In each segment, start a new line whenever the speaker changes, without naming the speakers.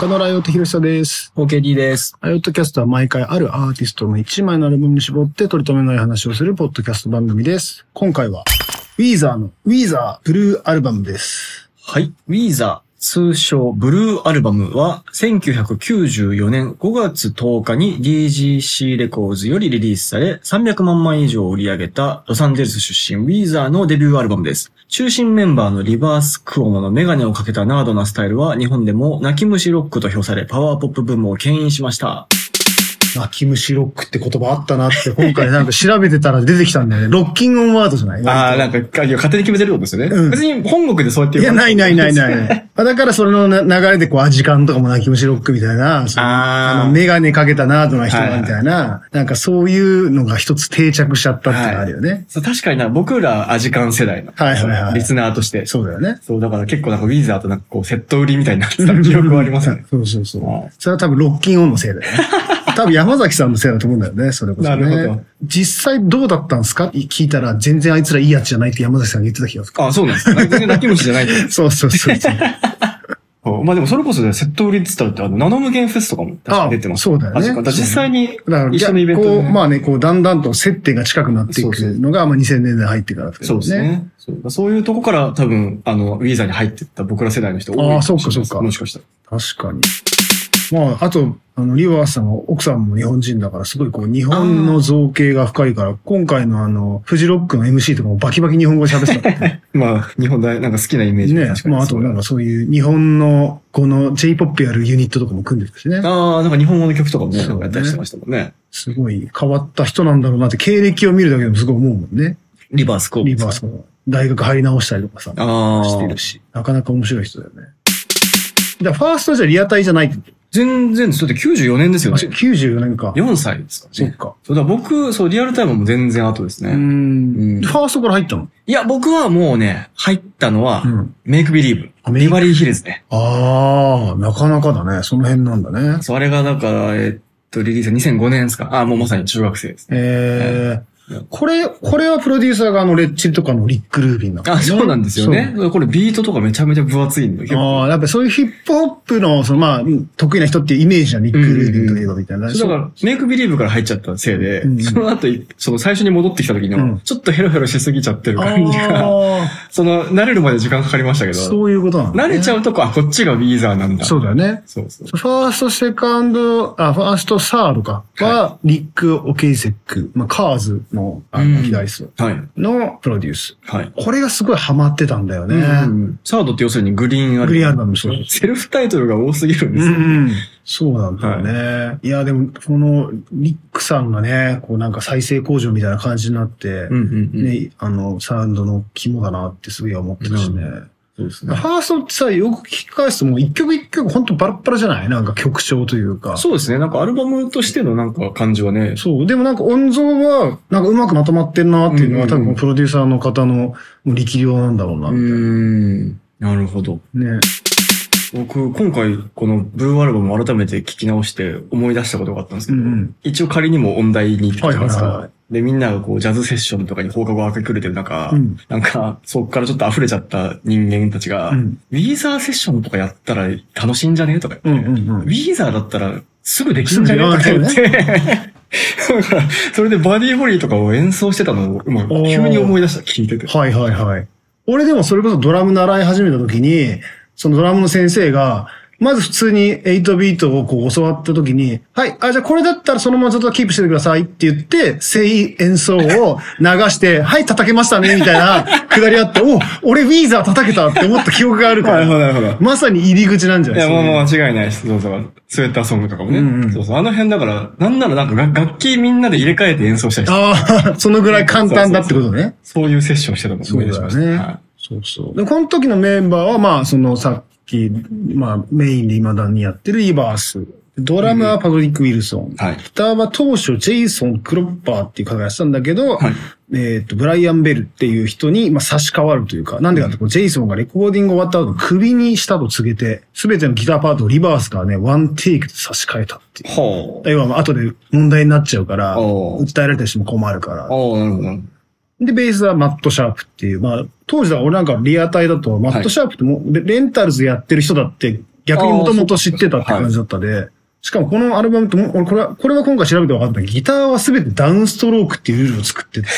カノライオトヒロシサです。
OKD です。
アイオットキャストは毎回あるアーティストの1枚のアルバムに絞って取り留めない話をするポッドキャスト番組です。今回は、ウィーザーのウィーザーブルーアルバムです。
はい。ウィーザー、通称ブルーアルバムは、1994年5月10日に DGC レコーズよりリリースされ、300万枚以上を売り上げたロサンゼルス出身ウィーザーのデビューアルバムです。中心メンバーのリバース・クオモのメガネをかけたナードなスタイルは、日本でも泣き虫ロックと評され、パワーポップブームを牽引しました。
泣き虫ロックって言葉あったなって、今回なんか調べてたら出てきたんだよね。ロッキンオンワードじゃない
ああ、なんか、勝手に決めてるってことですよね。
うん
別に本国でそうやって
いや、ないないない
い。
ない。あだからそのな流れでこう、アジカンとかも泣き虫ロックみたいな、その
あー
の、メガネかけたナードな人がみたいな、なんかそういうのが一つ定着しちゃったっていうのがあるよね。
そう確かにな、僕らアジカン世代の、
はいはいはい
リスナーとして、
そうだよね。
そう、だから結構なんかウィザーとなんかこう、セット売りみたいになってた記憶はあります ね。
そうそうそう
はい。
それは多分ロッキンオンのせい だよね。多分山崎さんのせいだと思うんだよね、それこそ、ね。
なるほど。
実際どうだったんですかって聞いたら、全然あいつらいいやつじゃないって山崎さんが言ってた気がする。
あそうなんです。全然泣き虫じゃないと
そうそうそうそう。
そう まあでもそれこそね、セット売りって言ったらって、あの、ナノ無限フェスとかも確か出てます。
あそうだよね
アジカンだから実際に
だから、、
一緒のイベント
こ
で
う、
ね
まあね、こう、だんだんと接点が近くなっていく
そうそう
のが、まあ2000年代入ってからってこと
そうです。ね。そうそういうとこから多分、あの、ウィザーに入ってった僕ら世代の人多いかもしれないです
あそうかそうか
もしかしたら。
確かに。まあ、あと、あの、リワースさんは奥さんも日本人だから、すごいこう、日本の造形が深いから、今回のあの、フジロックの MC とかもバキバキ日本語喋ってたもんね。
まあ、日本大、なんか好きなイメージが
ね
確かに
まあ、あとなんかそういう日本の、この J-POP やるユニットとかも組んでるしね。
ああ、なんか日本語の曲とかもね、
そうね
なんかやったりしてましたもんね。
すごい変わった人なんだろうなって、経歴を見るだけでもすごい思うもんね。
リバースコープ。
リバースも大学入り直したりとかさ、
ああ。
してるし、なかなか面白い人だよね。じゃあ、ファーストはじゃあリアタイじゃないってこと
全然、それって94年ですよね。
94年か。
4歳ですか
そ
ら
っ
ね。
か。
そうだ、僕、そう、リアルタイムも全然後ですね。
うん
うん
ファーストから入ったの
いや、僕はもうね、入ったのは、
ん。
メイクビリー
あ
ブ。
メイ
ビ
ク
バリーヒルズね。
ああ、なかなかだね。その辺なんだね。
そう、あれがだから、えっと、リリースは2005年ですか。あ、もうまさに中学生ですね。
え
ええ
ー、これ、これはプロデューサーがあの、レッチリとかのリック・ルービンなんだ
あ、そうなんですよね
そう。
これビートとかめちゃめちゃ分厚いんだけど。
ああ、やっぱりそういうヒップホップの、そのまあ、得意な人っていうイメージじゃん、リック・ルービンといえばみたいな。
そうだから、メイクビリーブから入っちゃったせいで、
うん
その後、その最初に戻ってきた時
う
の
ん、
ちょっとヘロヘロしすぎちゃってる感じが、
あ
その、慣れるまで時間かかりましたけ
ー
ど、
そういうことなんだ、
慣
ね。
れちゃうとこ、あ、こっちがビーザーなんだ。
そうだよね。
そうそう。
ファースト、セカンド、あ、ファースト、サードか。は、リック・オケイセック、まあ、カーズの、あ
う
の、
ん
ギタリス
はい。
トのプロデュース。
はい。
これがすごいハマってたんだよね。
うんサードって要するにグリーンアルバム
グリーンアルバムそうです
セルフタイトルが多すぎるんですよ。
うんそうなんだよね。い、や、でも、この、リックさんがね、こうなんか再生工場みたいな感じになって、
うんうんうん
ね、あの、サウンドの肝だなってすごい思ってたしね。
うんそうです
フ
ね。
ァーストってさ、よく聞き返すともう一曲一曲本当バラッバラじゃないなんか曲調というか。
そうですね。なんかアルバムとしてのなんか感じはね。
そう。でもなんか音像は、なんかうまくまとまってんなっていうのは、
うん
多
うんうん
分プロデューサーの方のもう力量なんだろうな。
うーん。なるほど。
ね。
僕、今回、このブルーアルバムを改めて聞き直して思い出したことがあったんですけど、
うんうん
一応仮にも音大に行ってきたんですか、
はいはいは
で、みんながこう、ジャズセッションとかに放課後明けくれてる中、
うん
なんか、そこからちょっと溢れちゃった人間たちが、
うん
ウィーザーセッションとかやったら楽しいんじゃねとか
う
言
ん
っ
う
て、
んう
ウ
ん。
ィーザーだったらすぐできるんじゃねとか言って。だから、それでバディホリーとかを演奏してたのを、まあ
おー
急に思い出した、聞いてて。
はいはいはい。俺でもそれこそドラム習い始めた時に、そのドラムの先生が、まず普通に8ビートをこう教わった時に、はい、あ、じゃあこれだったらそのままずっとキープしててくださいって言って、誠意演奏を流して、はい、叩けましたね、みたいな、 くだりあって、お、俺ウィーザー叩けたって思った記憶があるか
なるほど、
ら、
なるほど。
まさに入り口なんじゃ
い
ない
や、
か
もうもう間違いないです。そうそう。スウェッターソングとかもね。
うんうん
そうそう。あの辺だから、なんならなんか楽楽器みんなで入れ替えて演奏したりして
ああ、そのぐらい簡単だってことね。
そういうセッションしてたの思い出しました。
そうだね
はい
そうそう。で、この時のメンバーは、まあ、そのさっき、まあ、メインで未だにやってるイバース。ドラムはパトリック・ウィルソン。
はい
ギターは当初、ジェイソン・クロッパーっていう方がやってたんだけど、
はい
えっ、と、ブライアン・ベルっていう人に、まあ、差し替わるというか、なんでかって、こうジェイソンがレコーディング終わった後、首にしたと告げて、すべてのギターパートをリバースからね、ワンテイクで差し替えたっていう。
ほう。
要は、まあ、後で問題になっちゃうから、
おう
訴えられたりしても困るから。
おーなるほどなるほ
で、ベースはマット・シャープっていう、まあ、当時だから俺なんかリアタイだと、マット・シャープってもう、レレンタルズやってる人だって、逆にもともと知ってたって感じだったで、しかもこのアルバムっても、俺これは、これは今回調べて分かったギターはすべてダウンストロークっていうルールを作ってて。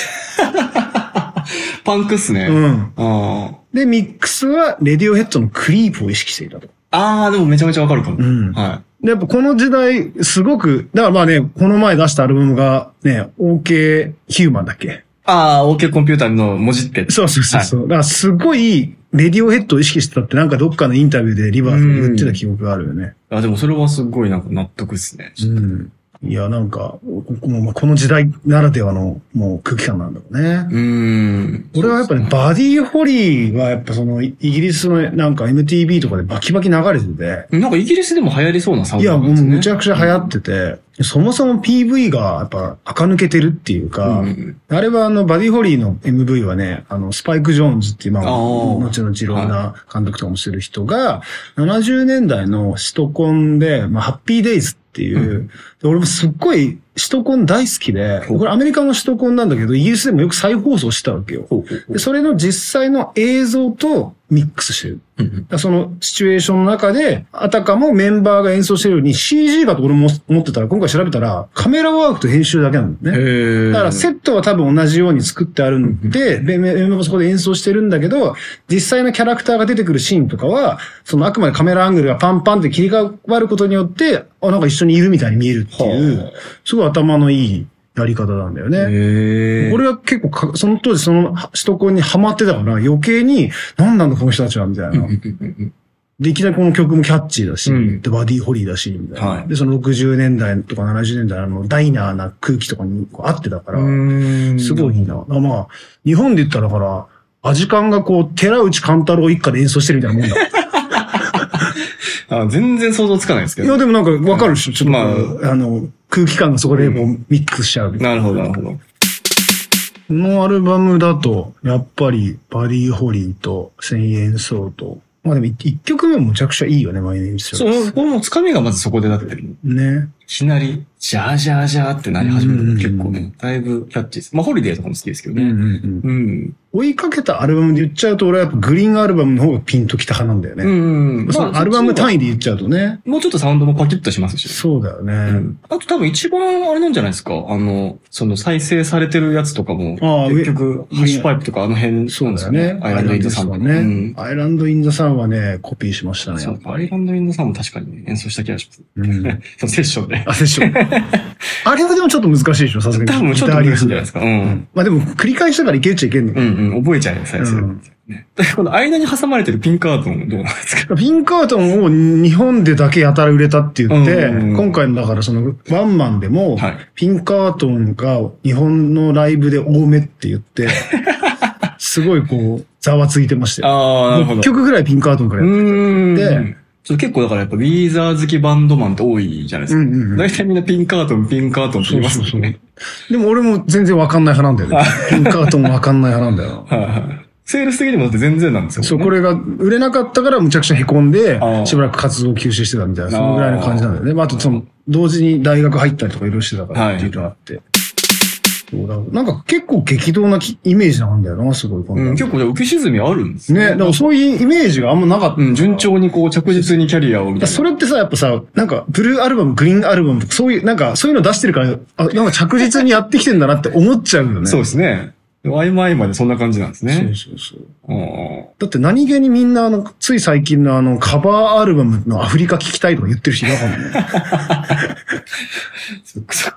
パンクっすね。
う
あ
ん。
ー
で、ミックスはレディオヘッドのクリープを意識していたと。
あー、でもめちゃめちゃわかるかも。
うん
は
で、やっぱこの時代、すごく、だからまあね、この前出したアルバムが、ね、OK ヒューマンだっけ
い。ああ、OK コンピューターの文字って。
そうそうそうそう。だからすごい、レディオヘッドを意識してたってなんかどっかのインタビューでリバースが言ってた記憶があるよね。
あ、でもそれはすごいなんか納得っすね。
うん。いや、なんか、こもうこの時代ならではのもう空気感なんだろうね。
うーん。
俺はやっぱね、バディ・ホリーはやっぱその、イギリスのなんか MTV とかでバキバキ流れてて、
なんかイギリスでも流行りそうなサウン
い
ド
や、
なん
もう
ですね。
むちゃくちゃ流行ってて、そもそも PV がやっぱ垢抜けてるっていうか、
うん
あれはあの、バディ・ホリーの MV はね、あの、スパイク・ジョーンズっていう、まあ、
あー
後々いろんな監督とかもしてる人が、70年代のシトコンで、まあ、ハッピー・デイズっていう、
うん
で俺もすっごいシトコン大好きで、
ほう
これアメリカのシトコンなんだけど、イギリスでもよく再放送してたわけよ。
ほうほうほう
で、それの実際の映像とミックスしてる。
うんうん
だからそのシチュエーションの中で、あたかもメンバーが演奏してるように CG だと俺も思ってたら、今回調べたら、カメラワークと編集だけなんだよね。
へえ。
だからセットは多分同じように作ってあるんで、メメメンバーがそこで演奏してるんだけど、実際のキャラクターが出てくるシーンとかは、そのあくまでカメラアングルがパンパンって切り替わることによって、あ、なんか一緒にいるみたいに見えるってい
は
う、すごい頭のいいやり方なんだよね。
へえ。
俺は結構か、その当時その首都高にハマってたから余計に、何なんだこの人たちはみたいな。で、いきなりこの曲もキャッチーだし、
うん
で、バディホリーだし、みたいな、
はい
で、その60年代とか70年代のあのダイナーな空気とかにこう合ってたから、
うん
すごいいいな。あまあ、日本で言ったらだから、アジカンがこう、寺内勘太郎一家で演奏してるみたいなもんだ。
あ全然想像つかないですけ
いや、
ど。
でもなんかわかるでしょちょっと、
ま
あ、の、空気感がそこでもうミックスしちゃうみたいな
なるほど、なるほど。
このアルバムだと、やっぱり、バディ・ホリーと、千円相当。まあでも、一曲目もむちゃくちゃいいよね、マイネームス
そう、このつかみがまずそこでだってる。い
ね。
きなり、ジャージャージャーってなり始める
うん
の結構ね、だいぶキャッチーです。まあ、ホリデーとかも好きですけど
うん
ね。
うん
うん。
追いかけたアルバムで言っちゃうと、俺はやっぱグリーンアルバムの方がピンときた派なんだよ
う
ね。
ん。
そのアルバム
イ
単位で言っちゃうとね。
もうちょっとサウンドもパキッとしますし。
そうだよね。
うんあと多分一番あれなんじゃないですかあの、その再生されてるやつとかも、
ああ
結局、
上
ハッシュパイプとかあの辺なんです
そ
よ
う
ね。
だよね。
アイランドインザさんとか
ね、
うん
アイランド・イン・ザ・サンはね、コピーしましたね、
そ
や
う
っぱ
アイ
り。
ランドインザさんも確かにね演奏した気がします。
うん。
そのセッションで。
あ、で しょ。あれはでもちょっと難しいでしょ、さすがに。
多分ちょっと無理するんじゃないですすか。うん。
まあでも、繰り返したからいけるっちゃいけんのよ
うんうん、覚えちゃい再生。
うん
ね、この間に挟まれてるピンクアートもどうなん ですか
ピンクアウトも日本でだけやたら売れたって言って、
うんうんうん
今回のだからそのワンマンでも、
はい
ピンクアートンが日本のライブで多めって言 って、すごいこう、ざわついてましたよ。
ああ、なるほど。
6曲ぐらいピンクアートンから
う
やる。
ーん。
で
ちょっと結構だからやっぱ、ウィーザー好きバンドマンって多いじゃないですか。
うんうんうん
大体みんなピンクアートン、ピンクアートンって言いますもんね。
でも俺も全然わかんない派なんだよね。ピンクアートンわかんない派なんだよな。
はいはい。セールス的にもだって全然なんですよ。
そう、これが売れなかったからむちゃくちゃ凹んで
あ、ー
しばらく活動を休止してたみたいな、そのぐらいの感じなんだよね。まあ、あとその、同時に大学入ったりとかいろいろしてたからっていうのがあって。そうだなんか結構激動なきイメージなんだよな、すごい。こ
うんん、
な
結構じゃあ浮き沈みあるんです
ね、だからそういうイメージがあんまなかった。
うん、順調にこう着実にキャリアをみたいな。
それってさ、やっぱさ、なんか、ブルーアルバム、グリーンアルバムとか、そういう、なんか、そういうの出してるから、あ、なんか着実にやってきてんだなって思っちゃうよね。
そうですね。合間合間でそんな感じなんですね。
そうそうそう。
うん
だって何気にみんな、あの、つい最近のあの、カバーアルバムのアフリカ聞きたいとか言ってる人いなかったもんね。
そっかそっか。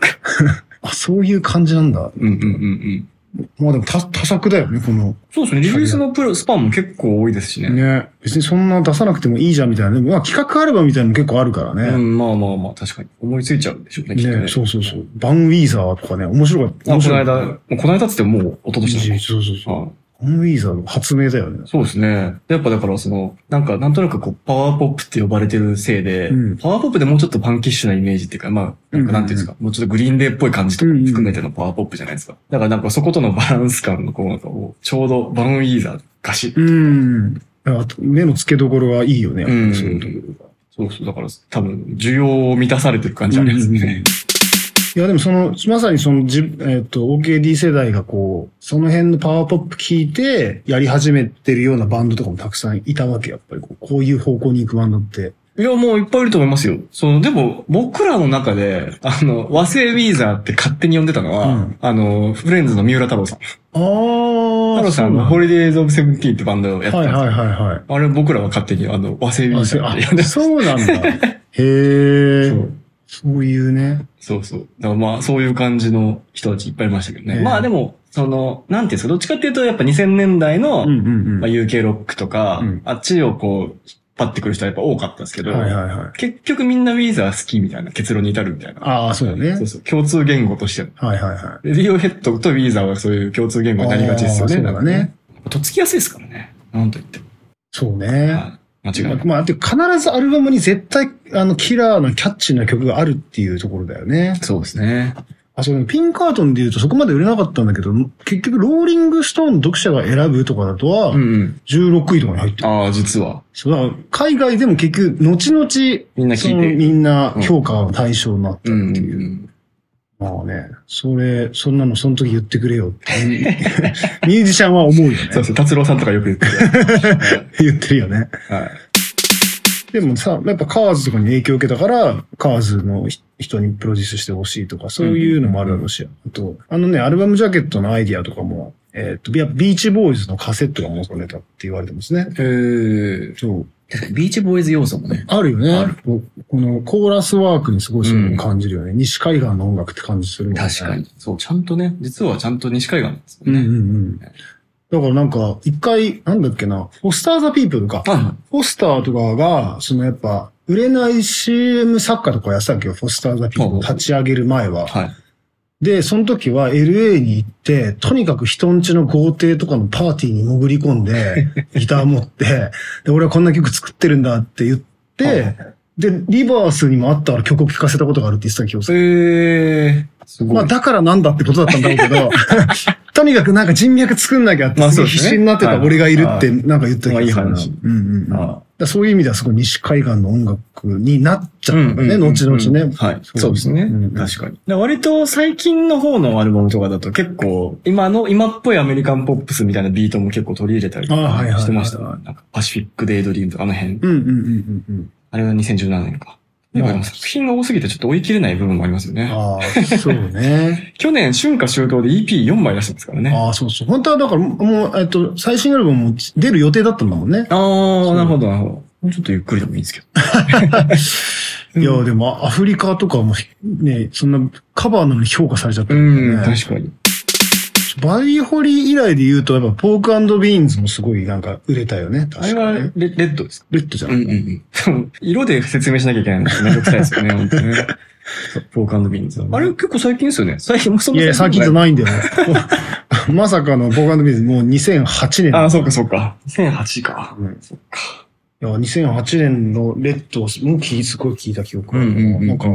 あ、そういう感じなんだ。
うんうんうんうん。
まあでも多多作だよね、この。
そうですね。リリースのプロスパンも結構多いですしね。
ね。別にそんな出さなくてもいいじゃんみたいな。でもまあ企画アルバムみたいなの結構あるから
う
ね。
ん、まあまあまあ、確かに。思いついちゃうんでしょうね、きっとね。
ねそうそうそう。バンウィーザーとかね、面白かった。
あ
面
こ
白
の
かっ
間、
た
もうこの間っつってももう一昨年だね
そうそうそう。
はい
バンウィーザーの発明だよね。
そうですね。やっぱだからその、なんかなんとなくこう、パワーポップって呼ばれてるせいで、
うん
パワーポップでもうちょっとパンキッシュなイメージっていうか、まあ、なんかなんていうんですか、もうちょっとグリーンデーっぽい感じとかも含めてのパワーポップじゃないですか。だからなんかそことのバランス感のこうなんかこうちょうどバウンウィーザーガシッ
うん。あと、目の付けどころがいいよね。やっぱ
うん
りそういうとこ
そうそう、だから多分、需要を満たされてる感じありますね。
ろが。いや、でもその、まさにその、じえっ、と、OKD 世代がこう、その辺のパワーポップ聞いて、やり始めてるようなバンドとかもたくさんいたわけ。やっぱりこうこういう方向に行くバンドって。
いや、もういっぱいいると思いますよ。その、でも、僕らの中で、あの、和製ウィーザーって勝手に呼んでたのは、
うん
あの、フレンズの三浦太郎さん。
あー。
太郎さんのホリデーズ・オブ・セブンティーンってバンドをやってたん
は
で
い
すよ
はいはいはい。
あれ僕らは勝手に、あの、和製ウィーザーって呼んで
あ、
た。
そうなんだ。へ
そ
え。
う
そういうね。
そうそう。だからまあ、そういう感じの人たちいっぱいいましたけどね。
ええ
まあでも、その、なんていうんですか、どっちかっていうと、やっぱ2000年代の、
うんうんうん。
ま
は
あ、
い
UK ロックとか、
うん
あっちをこう、引っ張ってくる人はやっぱ多かったんですけど、
はいはい。
結局みんなウィーザー好きみたいな結論に至るみたいな。
ああ、そうだね
そう。そう。共通言語としての。
はいはいはい。
レディオヘッドとウィーザーはそういう共通言語になりがちですよ
あ
ね。
ーそうだね
なんか。とっつきやすいですからね。なんと言っても。
そうね。
はい間違いない。
まあ、てか必ずアルバムに絶対、あの、キラーのキャッチーな曲があるっていうところだよね。
そうですね。
あ、そうね。ピンカートンで言うとそこまで売れなかったんだけど、結局、ローリングストーン読者が選ぶとかだとは
うん、うん。
16位とかに入ってる。
ああ、実は。
そう、だから海外でも結局、後々、
みんな聞
その
いて。
みんな評価の対象になったって
うんうんう
いう。
ん。
まあね、それ、そんなのその時言ってくれよって、 ミュージシャンは思うよね。
そうそう、達郎さんとかよく言ってる。
言ってるよね。
はい。
でもさ、やっぱカーズとかに影響を受けたから、カーズのひ人にプロデュースしてほしいとか、そういうのもあるだろうし、あと、あのね、アルバムジャケットのアイディアとかも、えっ、と、ビアビーチボーイズのカセットが元ネタって言われてますね。
えー、
そう。
ビーチボーイズ要素もね。
あるよね。
あ
ここのコーラスワークにすごいそういうのを感じるよね。西海岸の音楽って感じするもんね。
確か。に。そう、ちゃんとね、実はちゃんと西海岸なんです
う
よ
んう
ね。
んうん。だからなんか、一回、なんだっけな、フォスター・ザ・ピープルか。
あ、
フォスターとかが、そのやっぱ、売れない CM 作家とかやってたわけど、フォスター・ザ・ピープルを立ち上げる前は。
はい。
で、その時は LA に行って、とにかく人んちの豪邸とかのパーティーに潜り込ん で、ギター持って、で、俺はこんな曲作ってるんだって言って、で、リバースにもあったから曲を聴かせたことがあるって言ってた気がする。
えー、すごい。
まあ、だからなんだってことだったんだろうけ ど、とにかくなんか人脈作んなきゃって、
まあ
す
そ
ご
う
い
ですね
必死になってた俺がいるって、
は
なんか言ってた気がするな。
まあいい話
うんうんうん。だか
あ
らそういう意味ではすごい西海岸の音楽になっちゃったんだね、
うんうんうん
後々ね。
はい。
そう
そうですね。
うんうん
確かに。で割と最近の方のアルバムとかだと結構、今の、今っぽいアメリカンポップスみたいなビートも結構取り入れたりと
あはいはいは
か
い
してましたね。なんかパシフィック・デイ・ドリームとかあの辺。
うんうんうんうんうん。
あれは2017年か。
まあ
でも作品が多すぎてちょっと追い切れない部分もありますよね。
ああ、そう ね。
去年、春夏秋冬で EP4 枚出してますからね。
ああ、そうそう。本当はだから、もう、えっと、最新アルバムも出る予定だったんだもんね。
ああ、なるほど、なるほど。もうちょっとゆっくりでもいいんですけど。
いや、でも、アフリカとかも、ね、そんなカバーなのに評価されちゃった
うん
だ
ん、
よね。
確かに。
バリホリ以来で言うと、やっぱ、ポークビーンズもすごいなんか売れたよね。
あ
確
れ
か
は
に、
レ
ね。
レッドですか
レッドじゃん。
んうん。色で説明しなきゃいけないのってめんどくさいですよね、本当にね。そうポークビーンズ。あれ結構最近ですよね。最近もうそん
い
な
やいや、最近じゃ
い。
ないんだよ。まさかのポークビーンズもう2008年。
ああ、そうかそうか。2008か。
うん
そっか。
いや、2008年のレッドをもう聞いすごい聞いた記憶があるななんか、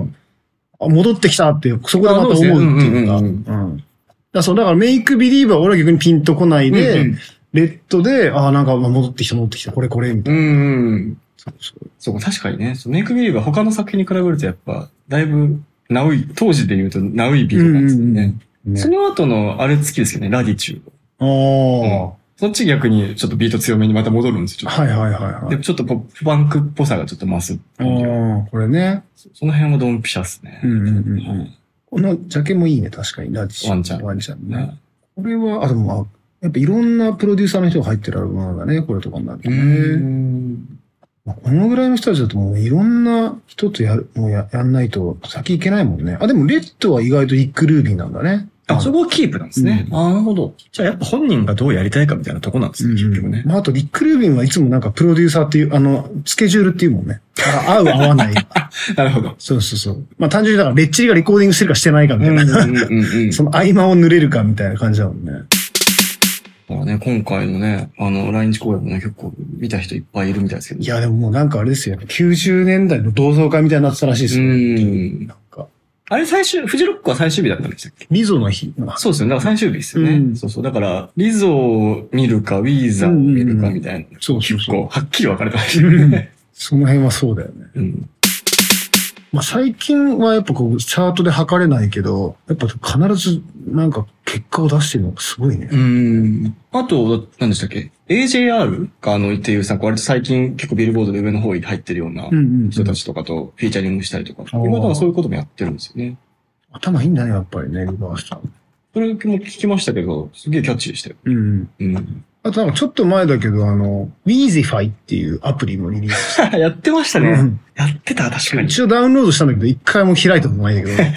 あ戻ってきたって、そこでまた思うっていうか。
あ
う
そうですねうんうんうんうん
ん。だそう、だからメイクビリーバー、俺は逆にピンとこないで、
うん
レッドで、ああ、なんかまあ戻ってきた、戻ってきた、これこれ、みた
う
いな。
んうん。
そうそう
そうか、確かにね。そのメイクビリーは他の作品に比べるとやっぱ、だいぶ、ナウイ、当時で言うとナウイビートなんですよ
うんうん
ね。
ね
その後のあれ好きですよね、ラディチュード。
ああ、
そっち逆にちょっとビート強めにまた戻るんですよ、ちょっと
はいはいはいはい。
で、ちょっとポップバンクっぽさがちょっと増すっていうか。
ああ、これね。
その辺はドンピシャっすね。
うんうんうんう
は
ん。このジャケもいいね、確かに。ラジ
ワンちゃん
ワンちゃん
い
ね。これは、あ、でも、あやっぱいろんなプロデューサーの人が入ってるアルバムなんだね、これとかになるとね
うん
まあこのぐらいの人たちだともういろんな人とやる、もうややんないと先行けないもんね。あ、でもレッドは意外とリック・ルービーなんだね。
あ、そこはキープなんですね。
う
あなるほど。じゃあやっぱ本人がどうやりたいかみたいなとこなんですね、結局ね。
まあ、あと、リック・ルービンはいつもなんかプロデューサーっていう、あの、スケジュールっていうもんね。あ合う合わない。
なるほど。
そうそうそう。まあ単純にだから、レッチリがレコーディングしてるかしてないか
う
み
ん
たい
うん
な。
うんうん。
その合間を塗れるかみたいな感じだもんね。
まあね、今回のね、あの、来日公演もね、結構見た人いっぱいいるみたいですけど。
いや、でももうなんかあれですよ。90年代の同窓会みたいになってたらしいです
う
よ。
ん
なんか、
あれ最終、フジロックは最終日だったんでしたっけ
ミゾの日。まあ
そうですよね。だから最終日ですよ
うん
ね。そうそう。だから、リゾを見るか、ウィーザーを見るかみたいな。
そうそう
結
そう。
構、はっきり分かれてましたね。
その辺はそうだよね。
うん。
まあ、最近はやっぱこう、チャートで測れないけど、やっぱ必ずなんか結果を出してるのがすごいね。
うん。あと、何でしたっけ AJR があの、っていうさ、割と最近結構ビルボードで上の方に入ってるよう
う
な
んうんうん。
人たちとかとフィーチャリングしたりとか、
あー
今だからそういうこともやってるんですよね。
頭いいんだね、やっぱりね、リバースさん。
それも聞きましたけど、すげえキャッチーでしたよ。
うんうん。
うん。
あとなんかちょっと前だけど、あの、Weezify っていうアプリもリリースし
やってました
た。う
ね。
ん
やってた、確かに。
一応ダウンロードしたんだけど、一回も開いたことないんだけど。え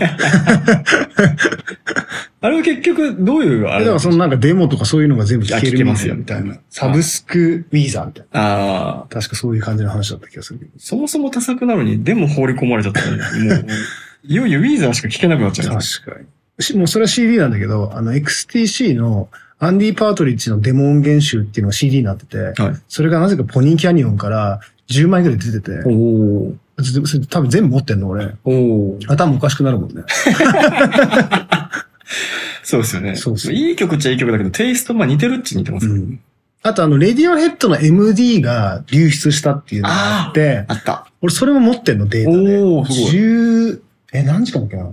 あれは結局、どういう、あ
だ
れ
からそのなんかデモとかそういうのが全部聞け
あ
る
聞け
み
ま
た
す
いな
よ
みたいな。サブスク Weezer みたいな。
ああ、
確かそういう感じの話だった気がするけど。
そもそも多作なのに、でも放り込まれちゃったからね、 もう、いよいよウィーザーしか聞けなくなっちゃいまし
確かに。しもうそれは CD なんだけど、あの XTC のアンディ・パートリッジのデモ音源集っていうのが CD になってて、
はい
それがなぜかポニーキャニオンから10枚ぐらい出てて、
た。おー。
ちょっとそれ多分全部持ってんの俺。
おー。
頭おかしくなるもんね。
そうですよね。
そうそう
いい曲っちゃいい曲だけど、テイスト、まあ似てるっちゃ似てますよね。
うんあとあの、レディオヘッドの MD が流出したっていうのがあって、
あった。
俺それも持ってんの、データで。
おー、すごい。
10、え、何時間だっけな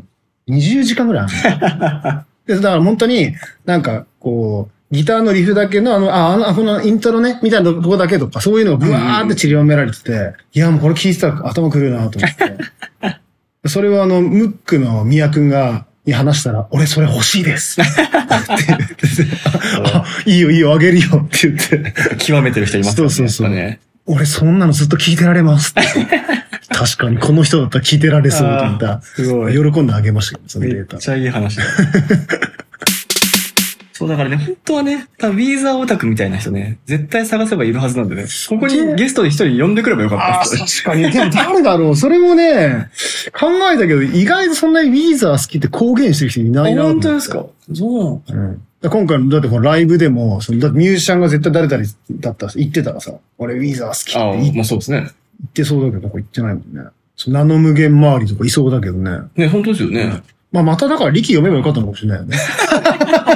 ?20 時間ぐらいあ るのでだから本当に、なんか、こう、ギターのリフだけの、あの、あ、あの、あこのイントロね、みたいなとこだけとか、そういうのがブワーって散りばめられてて、いや、もうこれ聞いてたら頭狂うなと思って。それをあの、ムックのミヤくんが、に話したら、俺それ欲しい ですって言ってあいいよいいよ、あげるよって言って。
極めてる人いますよね。
そうそうそう
やっ
俺そんなのずっと聞いてられますって。確かにこの人だったら聞いてられそうと思った
ぱね。すごい。
喜んであげましたけど、その
め
デ
っ
ータ。
ちゃいい話だ。 そうだからね、本当はね、多分ウィーザーオタクみたいな人ね、絶対探せばいるはずなんでね、ここにゲストで一人呼んでくればよかった
あ
で
あ、
すね。
確か に。でも誰だろうそれもね、考えたけど、意外とそんなにウィーザー好きって公言してる人いないな。
あ本当ですかそう。
うん。今回の、だってこのライブでも、そのだってミュージシャンが絶対誰だりだったら言ってたらさ、俺ウィーザー好き
ああ、
って言っ
まあそうですね。
言ってそうだけど、ここ言ってないもんね。そのナノ無限周りとかいそうだけどね。
ね、本当ですよね。
まあまただから力読めばよかったのかもしれないよね。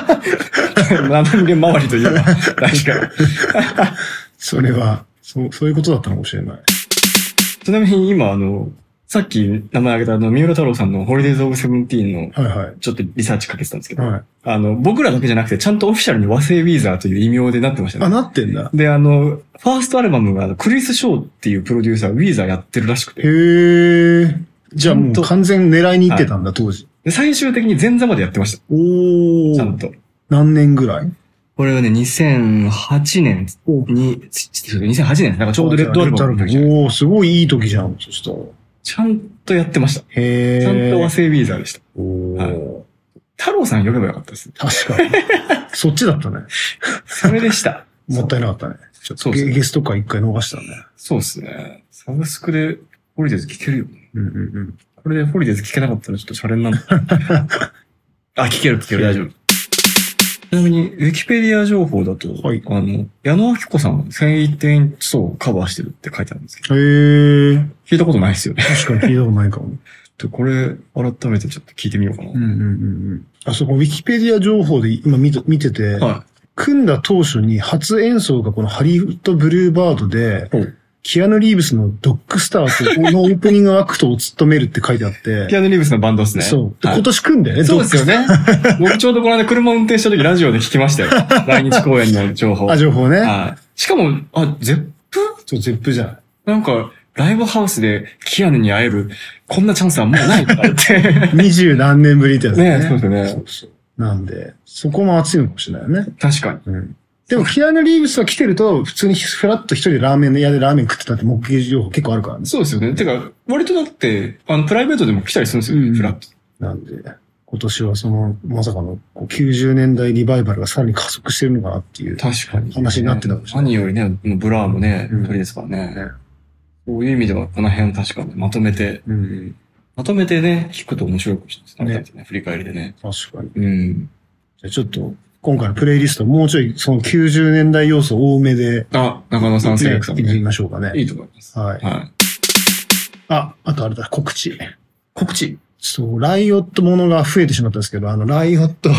斜め周りとい えば、確かに。
それは、そう、そういうことだったのかもしれない。
ちなみに今、あの、さっき名前挙げたあの、三浦太郎さんのホリデーズ・オブ・セブンティーンの、
はいはい。
ちょっとリサーチかけてたんですけど、
はい。
あの、僕らだけじゃなくて、ちゃんとオフィシャルに和製ウィーザーという異名でなってました
あ、
ね。
なってんだ。
で、あの、ファーストアルバムが、クリス・ショーっていうプロデューサー、ウィーザーやってるらしくて、
へえ。じゃあも
ほん
う
と
完全に狙いに行ってたんだ、当時。
で最終的に前座までやってました。
お
ちゃんと。
何年ぐらい
これはね、2008年
お
に、2008年、なんかちょうどレッドアルバムの時じゃない
おおーすごいいい時じゃん、そしたら。
ちゃんとやってました。
へえ。
ちゃんと和製ウィーザーでした。
おお、
太郎さん呼べばよかったですね。
確かに。そっちだったね。
それでした。
もったいなかったね。ちょっ
そ
と
うです
ゲ
ね
ゲスト会一回逃したね。
そうですね。サブスクでホリデーズ聞けるよ。
うんうんうん。
これでホリデーズ聞けなかったらちょっとシャレにな る。あ、聞ける聞ける、大丈夫。ちなみに、ウィキペディア情報だと、
はい
あの、矢野明子さん、1001点層をカバーしてるって書いてあるんですけど、
へえ。
聞いたことないですよ ね。
確かに聞いたことないかも。
ちょっとこれ、改めてちょっと聞いてみよ うかな。
うんうんうんうん。あそこ、ウィキペディア情報で今見て見てて、
は
組んだ当初に初演奏がこのハリウッドブルーバードで、
い。
キアヌ・リーブスのドッグスターとのオープニングアクトを務めるって書いてあっ
ピ
て、
アノリーブスのバンドですね。
そう。で
はい
今年組んだよね、
そうですよ
ね。
ね。 僕ちょうどこの間車運転した時ラジオで聞きましたよ。 来日公演の情報。
あ、情報ね。
はい。しかも、あ、ゼップ
そう、ゼップじゃない。
なんか、ライブハウスでキアヌに会える、こんなチャンスはもうないとか言 って。
二十何年ぶりってやつ
ね
ね。
そうですよね
そうそうなんで、そこも熱いのかもしれないよね。
確かに。
うん。でも、キアヌ・リーブスは来てると、普通にフラッと一人でラーメンの屋でラーメン食ってたって目撃情報結構あるからね。
そうですよね。てか、割とだって、あの、プライベートでも来たりするんですよ
う
ね、
ん
フラット。
なんで、今年はその、まさかのこう90年代リバイバルがさらに加速してるのかなっていう。
確かに。
話になってたかもしれない
何よりね、もうブラーもね、
うん
鳥ですからね。そういう意味では、この辺確かにまとめて、
うん。
まとめてね、聞くと面白いかもしれない
ね
ですね改めてね。振り返りでね。
確かに。
うん。
じゃあちょっと、今回のプレイリスト、もうちょいその90年代要素多めで、
あ、中野さん、
い
セレ
っ
クさ
て
ん、
み
ね。
ましょうか
い
ね。
いと思います。
はい。
はい。
あ、あとあれだ、告知。
告知。
そう、ライオットものが増えてしまったんですけど、あの、ライオット、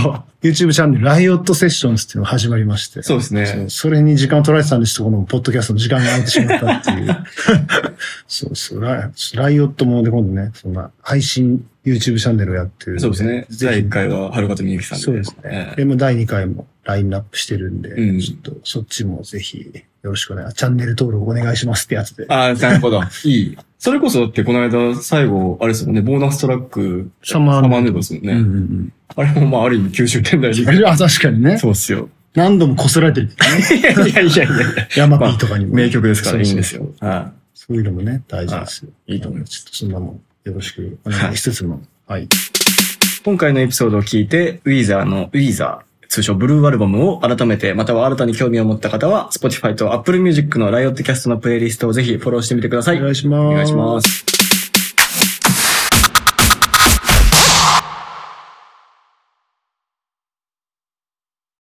YouTube チャンネル、ライオットセッションズっていうのが始まりまして。
そうです
そ
ね
う。それに時間を取られてたんですと、このポッドキャストの時間が空いてしまったっていう。 そうそうライ、ライオットもで今度ね、そんな配信 YouTube チャンネルをやってるん。
そうですね。
ぜひ
第1回は、はるかとみゆきさんで。
そうです
え
ね
え。
で、もう第2回も、ラインナップしてるんで、
うん
ちょっとそっちもぜひよろしくお願い、チャンネル登録お願いしますってやつで。
ああ、なるほ ど。いい。それこそだってこの間最後、あれですもんね、ボーナストラック、
サマー
サマーヌードですもんね。
うんうん
あれもまあある意味九州圏内に。
あ、確かにね。
そうっすよ。
何度もこすられて る。
いやいやいやいや
ヤマピーとかにも、
名曲ですから、いい
そうそ
ん
う
ですよ。は
そういうのもね、大事ですよ。
い。いいと思います。
ちょっとそんなもん、よろしくお願いしつつも。はい。
今回のエピソードを聞いて、ウィーザーの、ウィーザー、通称ブルーアルバムを改めて、または新たに興味を持った方は、Spotify と Apple Music のライオットキャストのプレイリストをぜひフォローしてみてください。
お願いします。
お願いします。